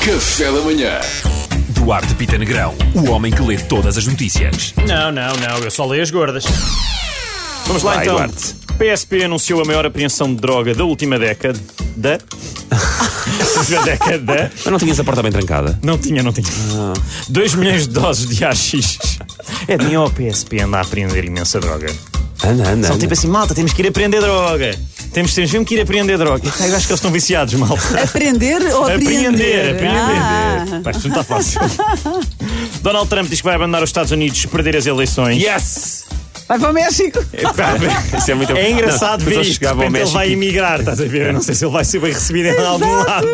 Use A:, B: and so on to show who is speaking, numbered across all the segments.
A: Café da manhã.
B: Duarte Pita Negrão, o homem que lê todas as notícias.
C: Não, não, não, eu só leio as gordas. Vamos lá
B: Vai,
C: então.
B: Duarte.
C: PSP anunciou a maior apreensão de droga da última década. Da. Da última década.
B: Mas não tinhas a porta bem trancada?
C: Não tinha, não tinha. 2 milhões de doses de AX. Ah. É de o PSP anda a apreender imensa droga.
B: Anda, anda.
C: São tipo assim, malta, temos que ir aprender droga. Temos, temos mesmo que ir aprender droga. Eu acho que eles estão viciados, malta.
D: Aprender Ah, ou
C: Apreender,
D: apreender?
C: apreender. Pá, Isto não está fácil. Donald Trump diz que vai abandonar os Estados Unidos, perder as eleições.
B: Yes!
D: Ah, vai para o México.
B: Isso é muito
C: É engraçado
B: Não,
C: ver
B: pessoas
C: isto. De
B: chegavam ao
C: repente ele
B: México
C: vai
B: e-
C: emigrar, estás a ver? Eu não sei se ele vai ser bem recebido em algum lado.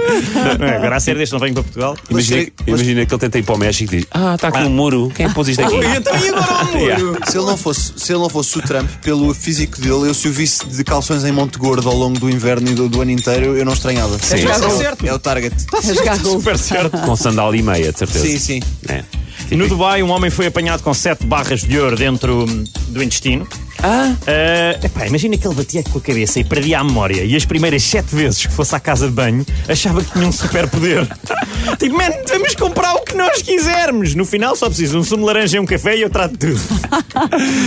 C: Não é? Agora, a sério, deste não venho para Portugal.
B: Imagina, imagina que ele tenta ir para o México e diz: Ah,
C: tá
B: está aqui um muro. Quem é que pôs isto aqui?
C: então
E: Se ele, não fosse, se ele não fosse o Trump, pelo físico dele, eu se o visse de calções em Monte Gordo ao longo do inverno e do, do ano inteiro, eu não estranhava.
B: Sim.
E: É, o- é o target.
C: Tá
D: A jogar golfe.
C: Ah, Super certo.
B: Com sandália e meia, de certeza.
E: Sim, sim.
B: É.
C: No Dubai, um homem foi apanhado com sete barras de ouro dentro hum, do intestino.
B: Ah,
C: Ah, epá, imagina que ele batia com a cabeça e perdia a memória. E as primeiras sete vezes que fosse à casa de banho, achava que tinha um superpoder. tipo, man, vamos comprar o que nós quisermos. No final, só preciso de um sumo de laranja e um café e eu trato de tudo.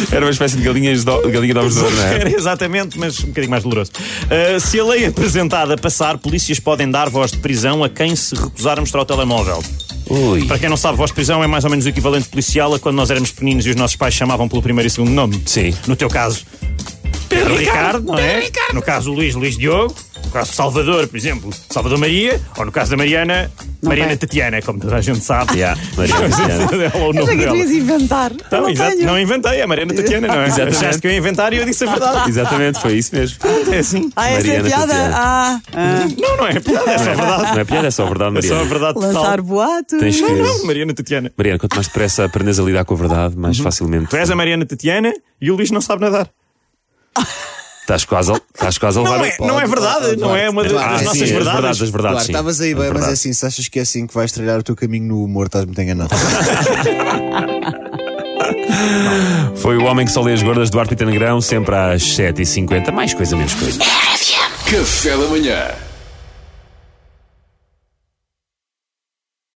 B: era uma espécie de galinhas de, galinha de ovos de ouro, não é?
C: Era exatamente, mas um bocadinho mais doloroso. Uh, se a lei apresentada passar, polícias podem dar voz de prisão a quem se recusar a mostrar o telemóvel.
B: Ui.
C: Para quem não sabe, voz de prisão é mais ou menos o equivalente policial a quando nós éramos pequeninos e os nossos pais chamavam pelo primeiro e segundo nome.
B: Sim.
C: No teu caso, Pedro Ricardo, não é? No caso, Luís Luís Diogo. No caso, Salvador, por exemplo, Salvador Maria. Ou no caso da Mariana, Mariana
D: tem.
C: Tatiana, como toda a gente sabe.
B: Yeah, Maria Tatiana.
C: Ela, o
D: Eu
C: nome
D: achei que
C: dela.
D: tu ias inventar.
C: Tá
D: não
C: bem, exato.
D: tenho.
C: Não inventei, a Mariana Tatiana, não é?
B: Exatamente.
C: Achaste que eu ia inventar e eu disse a verdade.
B: Exatamente, foi isso mesmo.
C: É assim.
D: Ah, essa
B: Mariana
D: é a piada?
B: Tatiana.
D: Ah, ah,
C: Não, não é piada, é só verdade.
B: Não é piada, é só verdade,
C: É só a
B: Mariana.
C: verdade
D: lançar
C: total.
D: boatos.
B: Tens que-
C: Não, não, Mariana Tatiana.
B: Mariana, quanto mais depressa aprendes a lidar com a verdade, mais facilmente.
C: Uhum. Tu és a Mariana Tatiana e o Luís não sabe nadar.
B: Estás quase a, estás quase a levar o
C: Não é, não é verdade, não é uma das
E: Duarte.
C: das
E: Ah, sim,
C: nossas
E: é
B: verdade,
C: verdades.
B: as verdades,
E: Claro,
B: sim.
E: estavas aí bem, mas
B: verdade.
E: é assim, se achas que é assim que vais trilhar o teu caminho no humor, estás muito enganado.
B: Foi o Homem que Só Lê as Gordas, Duarte Pita Negrão, sempre às 7h50. Mais coisa, menos coisa.
A: Café da manhã.